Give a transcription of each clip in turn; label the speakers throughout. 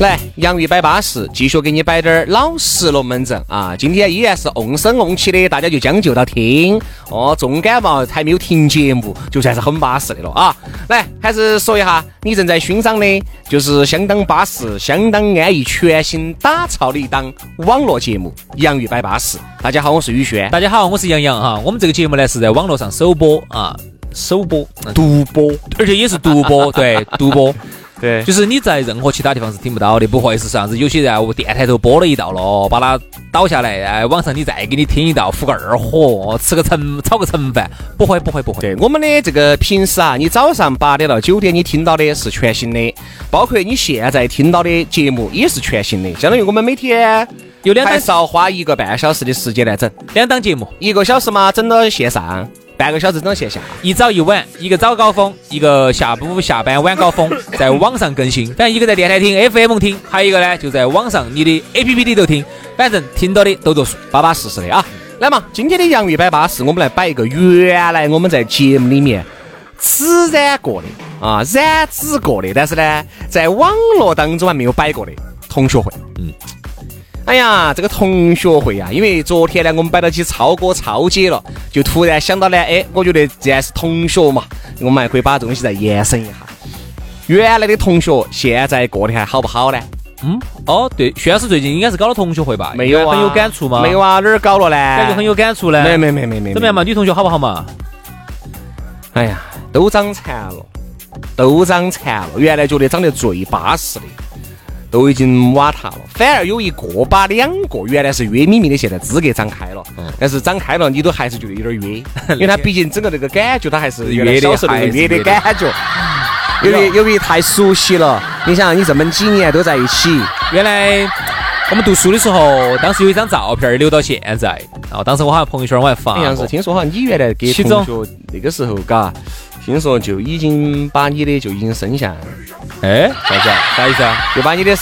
Speaker 1: 来，洋芋摆巴适，继续给你摆点儿老实龙门阵啊！今天依然是瓮声瓮气的，大家就将就到听哦。重感冒还没有停节目，就算是很巴适的了啊！来，还是说一下你正在欣赏的，就是相当巴适、相当安逸、全新打造的一档网络节目《洋芋摆巴适》。大家好，我是宇轩。
Speaker 2: 大家好，我是杨洋哈。我们这个节目呢是在网络上首播啊，首播，嗯
Speaker 1: 独播，
Speaker 2: 而且也是独播， 对，独播。
Speaker 1: 对就
Speaker 2: 就是你在任何其他地方是听不到的，不好意思，啥子有些人啊我电台头播了一道了，把它倒下来，哎，网上你再给你听一道，糊个二货，吃个盛，炒个盛饭，不会，不会，不会。
Speaker 1: 对，我们的这个平时啊，你早上八点到九点你听到的是全新的，包括你现在听到的节目也是全新的，相当于我们每天
Speaker 2: 有两档
Speaker 1: 还少花一个半小时的时间来整，
Speaker 2: 两档节目，
Speaker 1: 一个小时嘛整到线上，半个小时整到线下。
Speaker 2: 一早一晚，一个早高峰，一个下午下班晚 高峰，在网上更新。反正一个在电台听 FM 听，还有一个呢就在网上你的 APP 里头听，反正听到的都作数。
Speaker 1: 巴巴适适的啊。来嘛，今天的洋芋摆巴适，我们来摆一个原来我们在节目里面只染过的啊，染指过的，但是呢，在网络当中还没有摆过的同学会。嗯。哎呀，这个同学会啊呀、因为昨天呢，我们摆到起超哥超姐了，就突然想到呢，哎，我觉得既然是同学嘛，我们还可以把这东西再延伸一下。原来的同学现在过得还好不好呢？
Speaker 2: 嗯，哦，对，轩师最近应该是搞了同学会吧？
Speaker 1: 没有啊，
Speaker 2: 哎很有感触吗？
Speaker 1: 没有啊，哪儿搞了呢？
Speaker 2: 感觉很有感触呢。
Speaker 1: 没没没没没，
Speaker 2: 怎么样嘛？？女同学好不好嘛？
Speaker 1: 哎呀，都长残了，都长残了。原来觉得长得最巴适的，都已经瓦塌了。反而有一个把两个原来是约咪咪的，现在资格长开了。但是长开了，你都还是觉得有点 约，因为他毕竟整个那个感觉，他还是原来小时候那个约的感 觉。由于由于太熟悉了，你想你这么几年都在一起，
Speaker 2: 原来我们读书的时候，当时有一张照片儿留到现在。哦，当时我好像朋友圈我还发
Speaker 1: 好像是
Speaker 2: 过。
Speaker 1: 啊听说好像你原来给
Speaker 2: 其
Speaker 1: 同
Speaker 2: 中
Speaker 1: 学那个时候，嘎，听说就已经把你的就已经生下来了。
Speaker 2: 哎， 啥子啊？啥意思啊？
Speaker 1: 就把你的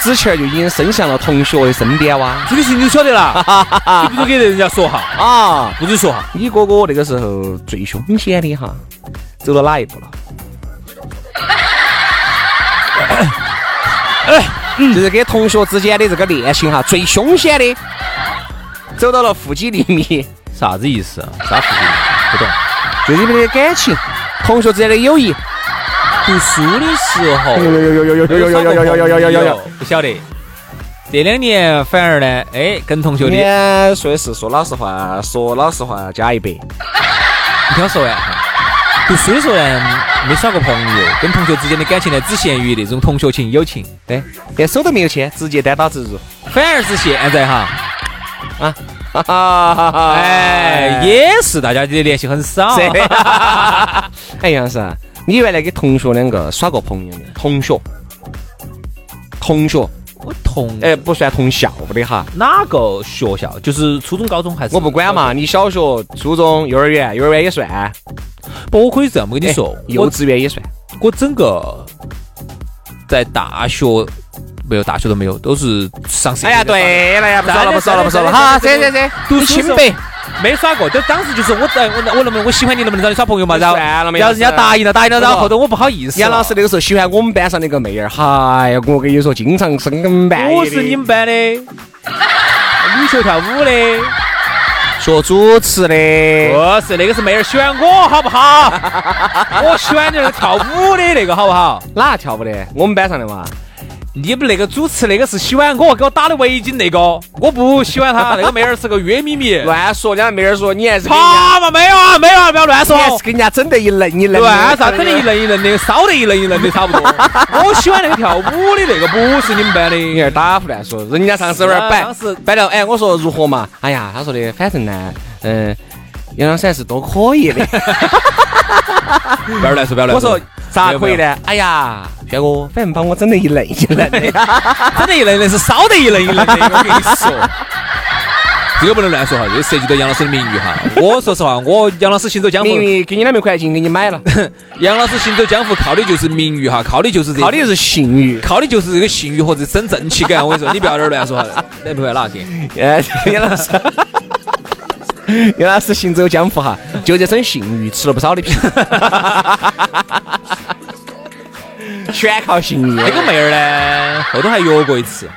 Speaker 1: 纸钱儿就已经伸向了同学的身边哇！
Speaker 2: 这个事情你晓得啦，你不准给人家说哈，
Speaker 1: 啊，
Speaker 2: 不准说哈。
Speaker 1: 你哥哥那个时候最凶险的哈，走到哪一步了？ 哎嗯就是跟同学之间的这个恋情哈，最凶险的，走到了负几厘米，
Speaker 2: 啥子意思啊？啥事情？不懂。
Speaker 1: 就是你们的感情，同学之间的友谊。
Speaker 2: 读书的时候，
Speaker 1: 有有有
Speaker 2: 不晓得。这两年反而呢，哎，跟同学
Speaker 1: 今
Speaker 2: 的，你
Speaker 1: 天说的是说老实话，说老实话加一百。
Speaker 2: 听我说完哈。读书的时候呢，没耍过朋友，跟同学之间的感情呢，只限于那种同学情、友情。
Speaker 1: 对，连手都没有牵，直接单打直入。
Speaker 2: 反而是现在哈，
Speaker 1: 啊，哈哈哈哈！
Speaker 2: 哎，也是大家的联系很少。
Speaker 1: 这，哎杨师啊，你原来跟同学两个耍过朋友没？同学，同学，
Speaker 2: 我同
Speaker 1: 哎，不算同校的哈。
Speaker 2: 哪个学校？就是初中、高中还是？
Speaker 1: 我不管。嘛，你小学、初中、幼儿园，幼儿园也算，
Speaker 2: 不，我可以这么跟你
Speaker 1: 哎
Speaker 2: 说，
Speaker 1: 幼
Speaker 2: 我
Speaker 1: 稚园也算。
Speaker 2: 我整个在大学没有，大学都没有，都是上社
Speaker 1: 哎呀，
Speaker 2: 会的状态
Speaker 1: 对了呀，不说了，不说了，不说了，好，这这这，
Speaker 2: 读
Speaker 1: 你
Speaker 2: 书的时
Speaker 1: 清
Speaker 2: 候
Speaker 1: 白。
Speaker 2: 没耍过，就当时就是我在我我能不能我喜欢你能不能找你耍朋友嘛，然后
Speaker 1: 算了没
Speaker 2: 然后
Speaker 1: 事
Speaker 2: 人家答应了答应了，然后
Speaker 1: 不
Speaker 2: 后头我不好意思了。啊
Speaker 1: 杨老师那个时候喜欢我们班上那个妹儿，嗨呀，我跟你说，经常深更半夜的。
Speaker 2: 我是你们班的， 女球跳舞的，
Speaker 1: 学主持的，
Speaker 2: 不是那个是妹儿喜欢我好不好？ 我喜欢那个跳舞的那个好不好？
Speaker 1: 哪跳舞的？我们班上的嘛。
Speaker 2: 你们那个主持那个是喜欢我给我打的围巾那个，我不喜欢他，那个妹儿是个约咪咪。
Speaker 1: 乱说，人家妹儿说你还是给人家，
Speaker 2: 怕嘛？没有啊，没有啊，不要乱
Speaker 1: 你
Speaker 2: 说。
Speaker 1: 还是给人家整得一愣一愣的。
Speaker 2: 乱啥整的啊一愣一愣的，烧得一愣一愣的，差 不多。我喜欢那个跳舞的那个，不是你们班的。
Speaker 1: 你二打胡乱说，人家上次有点
Speaker 2: 是啊
Speaker 1: 摆
Speaker 2: 当时
Speaker 1: 摆了，哎，我说如何嘛？呃 哎呀，他说的，反正呢，嗯、杨老师还是多可以的。
Speaker 2: 不要乱说，不要乱
Speaker 1: 我说咋可以
Speaker 2: 没有
Speaker 1: 呢？哎呀，轩哥，反正把我整得一愣一愣 的。
Speaker 2: 真的一愣愣是烧得一愣一愣的，我跟你说。这个不能乱说哈，这涉及到杨老师的名誉 哈。我说实话，我杨老师行走江湖，
Speaker 1: 明明给你两百块钱，给你买了，
Speaker 2: 杨老师行走江湖靠的就是名誉哈，靠的就是这，
Speaker 1: 靠的就是信誉。
Speaker 2: 靠的就是这个信誉和这身正气感。我 跟你说，你不要在这儿乱说哈，来不会哪个？
Speaker 1: 哎， 杨老师，杨老师行走江湖哈，就这身信誉吃了不少的皮，全靠信誉。
Speaker 2: 那个妹儿呢，后头还约过一次，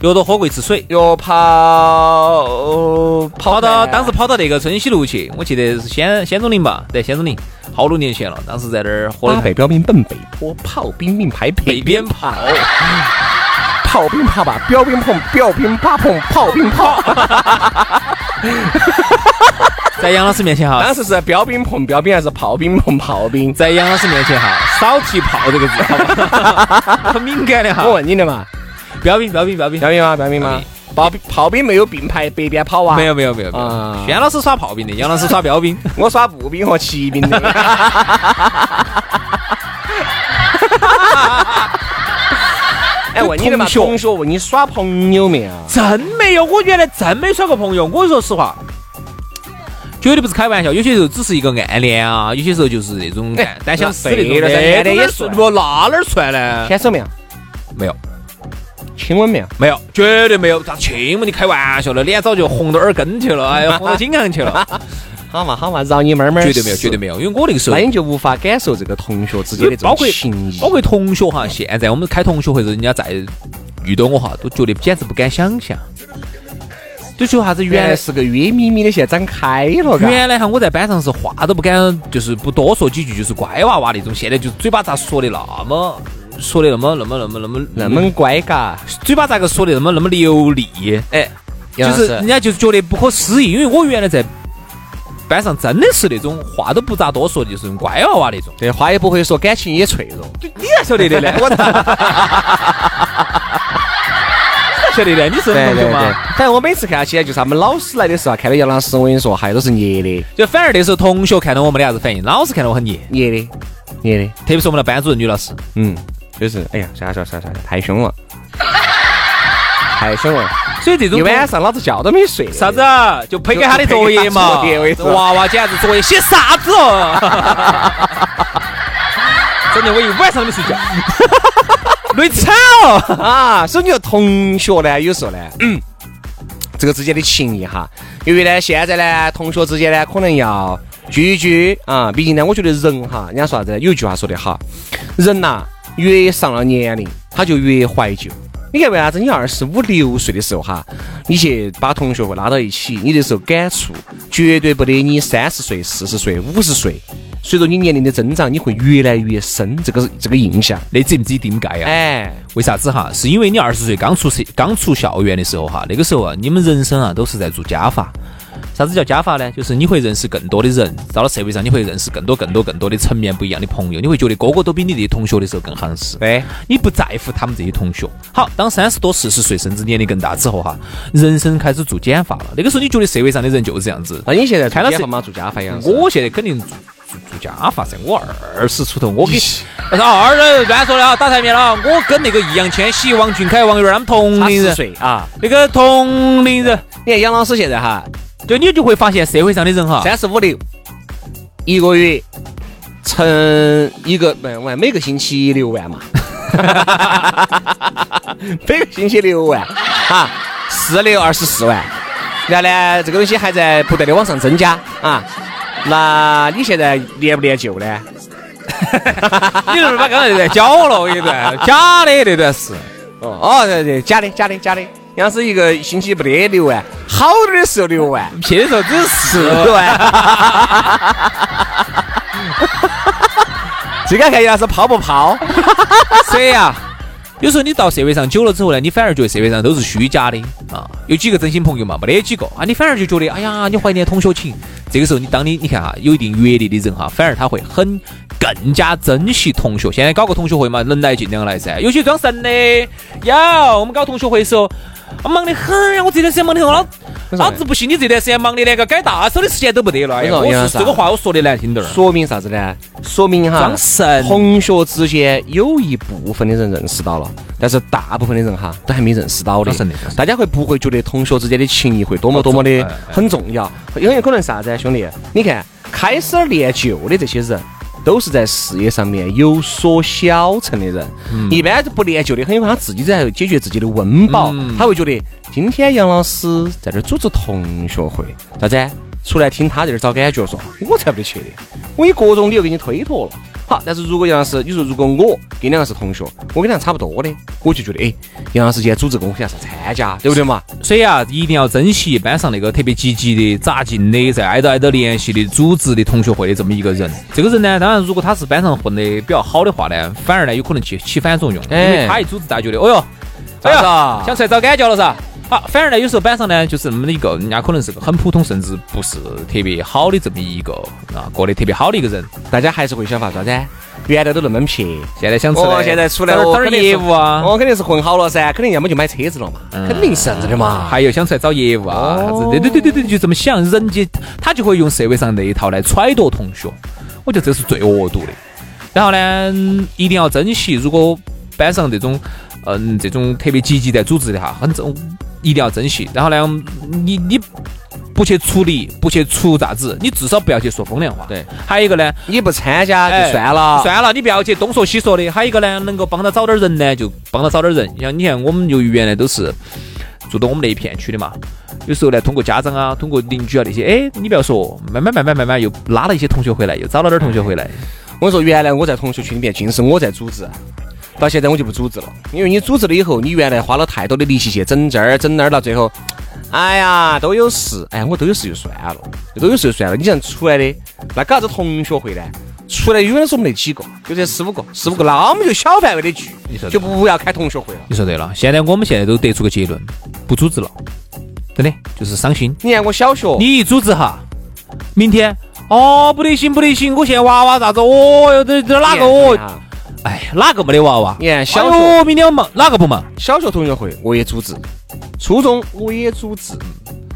Speaker 2: 约着喝过一次水，
Speaker 1: 又跑
Speaker 2: 跑到当时
Speaker 1: 时
Speaker 2: 跑到那个春熙路去，我记得是仙仙踪岭吧，在仙踪岭，好多年前了，当时在那儿喝
Speaker 1: 八
Speaker 2: 了
Speaker 1: 北标兵奔北坡，炮兵并排
Speaker 2: 北
Speaker 1: 北
Speaker 2: 啊边跑，
Speaker 1: 炮兵怕把标兵碰，标兵怕碰炮兵炮。
Speaker 2: 在杨老师面前哈，
Speaker 1: 当时是标兵碰标兵还是炮兵碰炮兵？
Speaker 2: 在杨老师面前哈，少提“炮”这个字，好 吧？很敏感的哈
Speaker 1: 我。问你的嘛，
Speaker 2: 标兵，标兵，标兵，
Speaker 1: 标兵吗？标兵
Speaker 2: 标
Speaker 1: 吗
Speaker 2: 兵？
Speaker 1: 炮炮兵没有并排北边跑啊？
Speaker 2: 没有，没有，没有。没有
Speaker 1: 啊
Speaker 2: 轩老师耍炮兵的，杨老师耍标兵。
Speaker 1: 我耍步兵和骑 兵的，哎，问你的嘛，
Speaker 2: 同学
Speaker 1: 同学问你耍朋友没有？ 啊
Speaker 2: 真没有，我原来真没耍过朋友。我说实话，绝对不是开玩笑。有些时候只是一个暗恋啊，有些时候就是那种
Speaker 1: 哎
Speaker 2: 单相思
Speaker 1: 对了噻暗恋也算
Speaker 2: 不那哪儿算呢？
Speaker 1: 牵手没有？啊
Speaker 2: 没有，
Speaker 1: 亲吻没啊有？
Speaker 2: 没有，绝对没有。咋亲嘛？你开玩笑了，脸早就红到耳根去了，哎呀，红到颈项去了，
Speaker 1: 好嘛好嘛，饶你妹妹。
Speaker 2: 绝对没有，绝对没有。因为我那个时候
Speaker 1: 那。你就无法感受这个同学之间的这
Speaker 2: 包
Speaker 1: 种
Speaker 2: 括
Speaker 1: 情谊。
Speaker 2: 包括同学哈，现在我们开同学会，人家再遇到我哈，都觉得简直不敢想象，就觉得啥子
Speaker 1: 原
Speaker 2: 原来
Speaker 1: 来。是个约咪咪的，现在长开了，嘎。
Speaker 2: 原来哈，我在班上是话都不敢，就是不多说几句，就是乖娃娃那种。现在就是嘴巴咋说的那么，说的那么那么那么那么
Speaker 1: 那么，乖嘎，
Speaker 2: 嘴巴咋个说的那么那么流利？
Speaker 1: 哎，
Speaker 2: 就
Speaker 1: 就是
Speaker 2: 人
Speaker 1: 是
Speaker 2: 家就是觉得不可思议，因为我原来在班上真的是那种话都不咋多说，就是乖娃娃那种。
Speaker 1: 对话也不会说，感情也脆弱。
Speaker 2: 你咋晓得的 呢？我咋晓得的？你是我们同学吗？
Speaker 1: 反正我每次看他起来，就是他们老师来的时候，看到杨老师，我跟你说，还都是捏的，
Speaker 2: 就反而那时候同学看到我没得啥子反应，老师看到我很黏，
Speaker 1: 捏的，捏的，
Speaker 2: 特别是我们的班主任女老 师，
Speaker 1: 嗯，就是，哎呀，算了算了算了算了，太凶 了，太凶了，
Speaker 2: 所以这种
Speaker 1: 一晚上老子觉都没睡。
Speaker 2: 啥子？就批给他的作业嘛，
Speaker 1: 就就批给他作业
Speaker 2: 这娃娃简直作业写啥子 哦，真的我一晚上都没睡 觉，累惨了。
Speaker 1: 啊，所以你说同学呢，有时候呢，嗯，这个之间的情谊哈，由于呢现在呢同学之间呢可能要聚一聚啊，毕竟呢，我觉得人哈，人家说啥子呢？有一句话说得好，人呐、越上了年龄，他就越怀旧。你看为啥子你二十五六岁的时候哈，你去把同学会拉到一起，你那时候感触绝对不得你三十岁、四十岁、五十岁。随着你年龄的增长，你会越来越深这个这个印象。
Speaker 2: 那记不记顶盖啊呀？
Speaker 1: 哎，
Speaker 2: 为啥子哈？是因为你二十岁刚出社刚出校园的时候哈，那个时候啊，你们人生啊都是在做加法。啥子叫加法呢？就是你会认识更多的人，到了社会上你会认识更多更多更多的层面不一样的朋友，你会觉得个个都比你这些同学的时候更行势。
Speaker 1: 对。
Speaker 2: 你不在乎他们这些同学。好，当三十多、四十岁，甚至年龄更大之后哈，人生开始做减法了。那个时候你觉得社会上的人就是这样子。
Speaker 1: 那你现在
Speaker 2: 开了
Speaker 1: 做
Speaker 2: 是
Speaker 1: 减法嘛？做加法呀？
Speaker 2: 我现在肯定做做做加法噻，我二十出头，我跟二十乱说了啊，打台面了啊。我跟那个易烊千玺、王俊凯、王源他们同
Speaker 1: 差
Speaker 2: 龄
Speaker 1: 十
Speaker 2: 人，
Speaker 1: 岁啊！
Speaker 2: 那个同龄人，
Speaker 1: 你看杨老师现在哈，
Speaker 2: 就你就会发现社会上的人哈，
Speaker 1: 三十五六，一个月乘一个不万，每个星期六万嘛， 每个星期六万啊，四六二十四万。然后呢，这个东西还在不断的往上增加啊。那你现在练不练旧呢？
Speaker 2: 你是不是把刚才那段搅了？我跟你说，假的那段是。
Speaker 1: 哦哦，对对，假的假的假的。杨老师一个星期不得六万，好点的时候六万，
Speaker 2: 撇的时候只是四
Speaker 1: 四 万。这个看杨老师泡不泡？
Speaker 2: 谁呀、啊有时候你到社会上久了之后呢，你反而觉得社会上都是虚假的啊。有几个真心朋友嘛？没得几个啊。你反而就觉得，哎呀，你怀念同学情。这个时候你，当你你看哈，啊有一定阅历的人哈，反而他会很更加珍惜同学。现在搞个同学会嘛，能来尽量来噻。有些装神的有，我们搞同学会的时候，啊忙得很呀，我这段时间忙得很，我老
Speaker 1: 我说
Speaker 2: 老子不信你这段时间忙的连个改大手的时间都没得了。哎呀，
Speaker 1: 我
Speaker 2: 我
Speaker 1: 说杨老
Speaker 2: 是
Speaker 1: 师
Speaker 2: 这个话我说的难听点儿。
Speaker 1: 说明啥子呢？说明哈
Speaker 2: 装神，
Speaker 1: 同学之间有一部分的人认识到了，但是大部分的人哈都还没认识到的
Speaker 2: 装神的装神。
Speaker 1: 大家会不会觉得同学之间的情谊会多么多么
Speaker 2: 哎
Speaker 1: 的
Speaker 2: 哎哎
Speaker 1: 很重要？因为有可能啥子啊，兄弟？你看开始练旧的这些人。都是在事业上面有所小成的人，
Speaker 2: 嗯
Speaker 1: 一般不练就的，很有可能他自己在解决自己的温饱，
Speaker 2: 嗯
Speaker 1: 他会觉得今天杨老师在这儿组织同学会，啥子啊？出来听他在这儿找感觉说，我才不得去的，我以各种理由给你推脱了。好，但是如果杨老师，你说如果我跟两个是同学，我跟他差不多的，我就觉得，哎，杨老师今天组织跟我想是参加，对不对嘛？
Speaker 2: 所以啊，一定要珍惜班上那个特别积极的、扎劲的，在挨着挨着联系的、组织的同学会的这么一个人。这个人呢，当然如果他是班上混得比较好的话呢，反而呢有可能起起反作用，因
Speaker 1: 哎
Speaker 2: 为他一组织，大家觉得，哦哟，哎
Speaker 1: 啥子
Speaker 2: 呀
Speaker 1: 啊，
Speaker 2: 想出来找感觉了噻。好，啊反而呢，有时候班上呢，就是那么的一个，人家可能是个很普通，甚至不是特别好的这么一个啊，过得特别好的一个人。
Speaker 1: 大家还是会想法啥子啊？原来都那么撇，
Speaker 2: 哦现在想出来，
Speaker 1: 我现在出来
Speaker 2: 找
Speaker 1: 我肯
Speaker 2: 点找
Speaker 1: 定
Speaker 2: 点
Speaker 1: 是哦
Speaker 2: 业务啊，嗯
Speaker 1: 我肯定是混好了噻，肯定要么就买车子了嘛，肯定是这样子的嘛。
Speaker 2: 还有想出来找业务啊，啥子
Speaker 1: 哦
Speaker 2: 的，对对对对对，就这么想，人家他就会用社会上那一套来揣度同学，我觉得这是最恶毒的。然后呢，嗯一定要珍惜，如果班上这种，嗯，这种特别积极在组织的哈，很重，一定要珍惜。然后呢，你你不去处理，不去出啥子，你至少不要去说风凉话。
Speaker 1: 对，
Speaker 2: 还有一个呢，
Speaker 1: 你不参加
Speaker 2: 哎
Speaker 1: 就算了，
Speaker 2: 算了，你不要去东说西说的。还有一个呢，能够帮他找点人呢，就帮他找点人。像你看，我们由于原来都是住到我们那一片区的嘛，有时候呢，通过家长啊，通过邻居啊那些，哎，你不要说，慢慢慢慢慢慢又拉了一些同学回来，又找了点同学回来。
Speaker 1: 我说原来我在同学群里面尽是我在组织，啊到现在我就不组织了，因为你组织了以后，你原来花了太多的力气去整这儿整那儿，到最后，哎呀都有事，哎呀我都有事就算了，都有事就算了。你像出来的那搞啥子同学会呢？出来永远是我们那几个，就这四五个，四五个，那我们就小范围的聚
Speaker 2: 你说，的
Speaker 1: 就不要开同学会了。
Speaker 2: 你说对了，现在我们现在都得出个结论，不组织了，真的就是伤心。
Speaker 1: 你看我小学，
Speaker 2: 你一组织哈，明天哦不得行不得行，我现在娃娃啥子哦哟这这哪
Speaker 1: 你
Speaker 2: 个哦，
Speaker 1: 看
Speaker 2: 哎哪个没得娃娃？
Speaker 1: 你看小学
Speaker 2: 哎呦明天我忙，哪个不忙？
Speaker 1: 小学同学会我也组织，初中我也组织，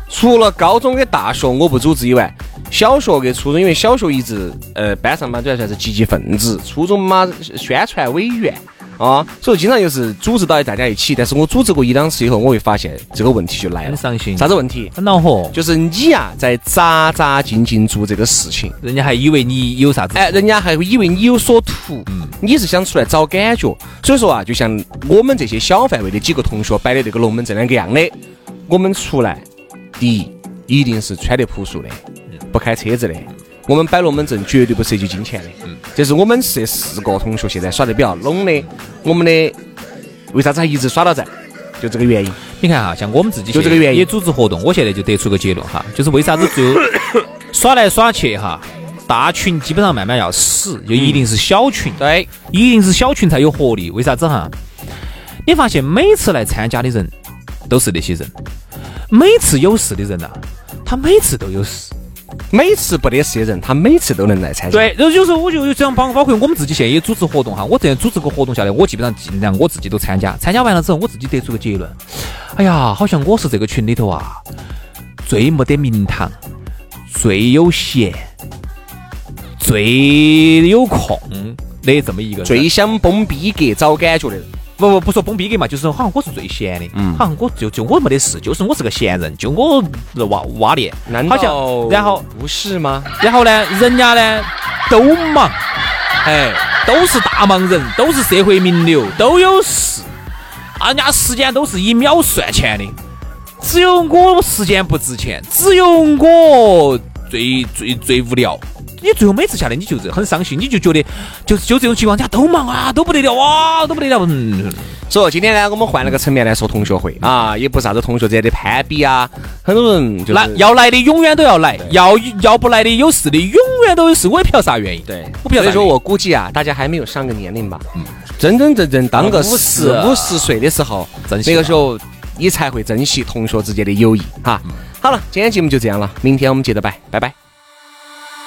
Speaker 1: 除了高中跟大学我不组织以外，小学跟初中，因为小学一直呃班上嘛都还算是积极分子，初中嘛宣传委员啊，所以经常就是组织到大家一起。但是我组织过一两次以后，我会发现这个问题就来
Speaker 2: 很
Speaker 1: 了，
Speaker 2: 伤心。
Speaker 1: 啥子问题？
Speaker 2: 很恼火，
Speaker 1: 就是你呀、在扎扎紧紧做这个事情，
Speaker 2: 人家还以为你有啥子，
Speaker 1: 哎，人家还会以为你有所图，你是想出来找感觉。所以说啊，就像我们这些小范围的几个同学摆的这个龙门阵两个样的，我们出来，第一一定是穿得朴素的，不开车子的。我们摆龙门阵绝对不涉及金钱的，这是我们这四个同学现在耍得比较拢的。我们的为啥子还一直耍到这儿？就这个原因。
Speaker 2: 你看哈，像我们自己
Speaker 1: 就这个原因
Speaker 2: 也组织活动，我现在就得出个结论哈， 就是为啥子最后耍来耍去哈，大群基本上慢慢要死，就一定是小群，
Speaker 1: 嗯对，
Speaker 2: 一定是小群才有活力。为啥子哈？你发现每次来参加的人都是那些人，每次有事的人呐、他每次都有事。
Speaker 1: 每次不得事的人，他每次都能来参加。
Speaker 2: 对，然后有时候我就有这样帮，包括我们自己现在也组织活动哈。我之前组织个活动下来，我基本上尽量我自己都参加，参加完了之后，我自己得出个结论：哎呀，好像我是这个群里头啊，最没得名堂，最有闲，最有空的这么一个人
Speaker 1: 最想崩逼格找感觉的人。
Speaker 2: 不不不说崩逼格嘛，就是说好像我是最闲的，
Speaker 1: 嗯
Speaker 2: 好像我就就我没得事，就是我是个闲人，就我挖挖脸，
Speaker 1: 难
Speaker 2: 好
Speaker 1: 道
Speaker 2: 像然后
Speaker 1: 不是吗？
Speaker 2: 然后呢，人家呢都忙，哎，都是大忙人，都是社会名流，都有事，啊人家时间都是以秒算钱的，只有我时间不值钱，只有我最最最无聊。你最后每次下来，你就是很伤心，你就觉得就就这种情况，人家都忙啊，都不得了啊，都不得了。嗯，
Speaker 1: 所以今天呢，我们换了个层面来说同学会啊，也不啥子同学之间的攀比啊，很多人就是
Speaker 2: 来要来的永远都要来，要要不来的有事的永远都有事，我也不晓得啥原因。
Speaker 1: 对，
Speaker 2: 我不晓
Speaker 1: 所
Speaker 2: 得
Speaker 1: 以
Speaker 2: 啥
Speaker 1: 说
Speaker 2: 原因
Speaker 1: 我估计啊，大家还没有上个年龄吧，真真正正当个
Speaker 2: 嗯五
Speaker 1: 四
Speaker 2: 十啊
Speaker 1: 五十岁的时候，
Speaker 2: 珍惜
Speaker 1: 那个
Speaker 2: 吧
Speaker 1: 时候你才会珍惜同学之间的友谊哈。
Speaker 2: 嗯
Speaker 1: 好了，今天节目就这样了，明天我们接着摆，拜拜。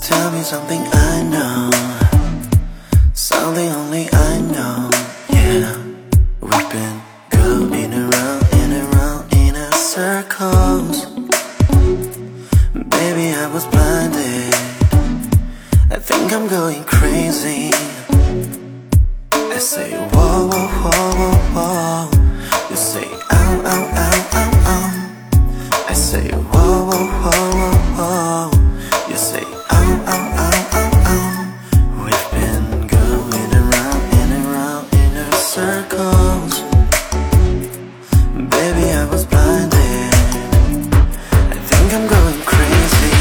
Speaker 3: Tell me something I know. Something only I know. Yeah. We've been going around and around in our circles. Baby, I was blinded. I think I'm going crazy. I say, whoa, whoa, whoa, whoa, whoa. You say, ow, ow, ow, ow, ow. I say, whoa, whoa, whoa, whoa, whoa. You say, ow, ow, ow, ow, ow. We've been going around and around in our circles. Baby, I was blinded. I think I'm going crazy.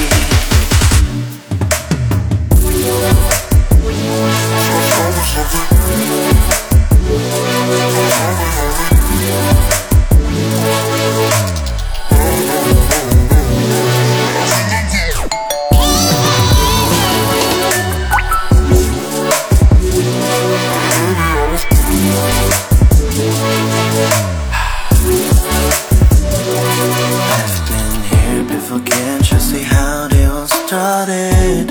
Speaker 3: I've been here before, can't you see how they all started?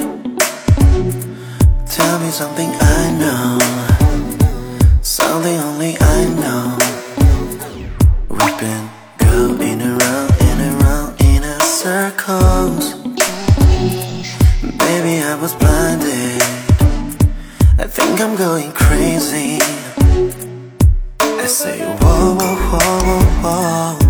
Speaker 3: Tell me something I know, something only I know. We've been going around and around in our circles. Baby, I was blinded. I think I'm going crazy. I say, "Oh, whoa, whoa, whoa, whoa, whoa. oh." "Oh,